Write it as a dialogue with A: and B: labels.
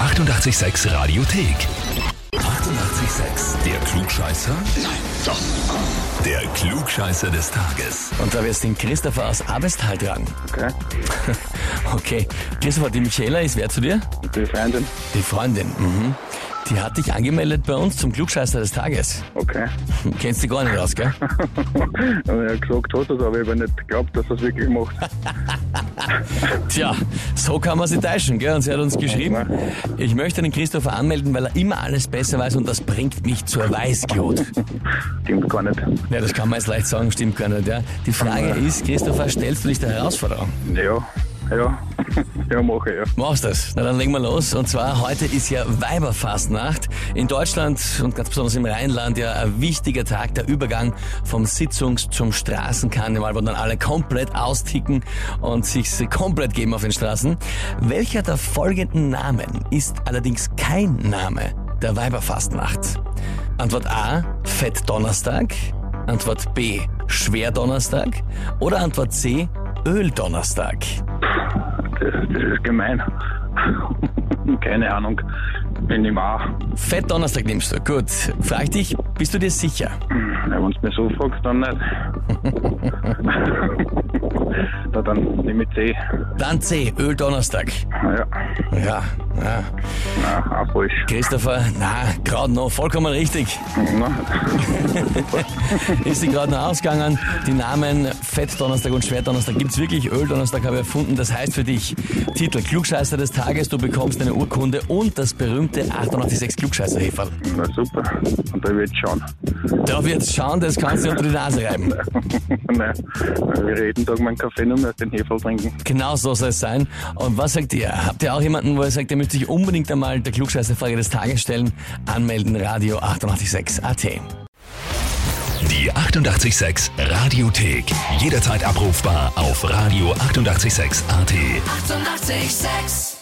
A: 886 Radiothek. 88,6. Der Klugscheißer? Nein, doch. Der Klugscheißer des Tages.
B: Und da wird den Christopher aus Abestal dran.
C: Okay,
B: Okay, Christopher, die Michaela ist wer zu dir?
C: die Freundin.
B: Die Freundin. Mhm. Die hat dich angemeldet bei uns zum Klugscheißer des Tages.
C: Okay.
B: Hm, Kennst du gar nicht aus, gell?
C: Und er hat gesagt, hat das, aber ich habe nicht geglaubt, dass das wirklich macht.
B: Tja, so kann man sie täuschen, gell? Und sie hat uns geschrieben, ich möchte den Christopher anmelden, weil er immer alles besser weiß und das bringt mich zur Weißglut.
C: Stimmt gar nicht.
B: Ja, das kann man jetzt leicht sagen, stimmt gar nicht, ja? Die Frage ist, Christopher, stellst du dich der Herausforderung?
C: Ja, ja. Ja, mache ich, ja.
B: Machst das. Na dann legen wir los. Und zwar heute ist ja Weiberfastnacht. In Deutschland und ganz besonders im Rheinland ja ein wichtiger Tag, der Übergang vom Sitzungs- zum Straßenkarneval, wo dann alle komplett austicken und sich komplett geben auf den Straßen. Welcher der folgenden Namen ist allerdings kein Name der Weiberfastnacht? Antwort A, Fettdonnerstag. Antwort B, Schwerdonnerstag. Oder Antwort C, Öldonnerstag.
C: Das, das ist gemein. Keine Ahnung. Bin ich auch.
B: Fettdonnerstag nimmst du. Gut. Frag ich dich, bist du dir sicher?
C: Ja, Wenn du mich so fragst, dann nicht. Na, dann nehme ich C.
B: Dann C, Öldonnerstag.
C: Ja,
B: Ja, ja.
C: na, auch falsch.
B: Christopher, na, gerade noch, vollkommen richtig.
C: Na,
B: Ist die gerade noch ausgegangen. Die Namen Fettdonnerstag und Schwertdonnerstag gibt's wirklich. Öldonnerstag habe ich erfunden. Das heißt für dich Titel Klugscheißer des Tages. Du bekommst eine Urkunde und das berühmte 886 klugscheißer -Häferl.
C: na super. Und da wird schauen.
B: Da wird's schauen, das kannst du dir unter die Nase reiben.
C: Nein, wir reden, sagen meinen Kaffee nur mehr den Hefe trinken.
B: Genau so soll es sein. Und was sagt ihr? Habt ihr auch jemanden, wo ihr sagt, ihr müsst sich unbedingt einmal der Klugscheißerfrage des Tages stellen? Anmelden, Radio 886 AT.
A: Die 88,6 Radiothek. Jederzeit abrufbar auf radio886.at. 88,6.
D: Eighty-eight, sex.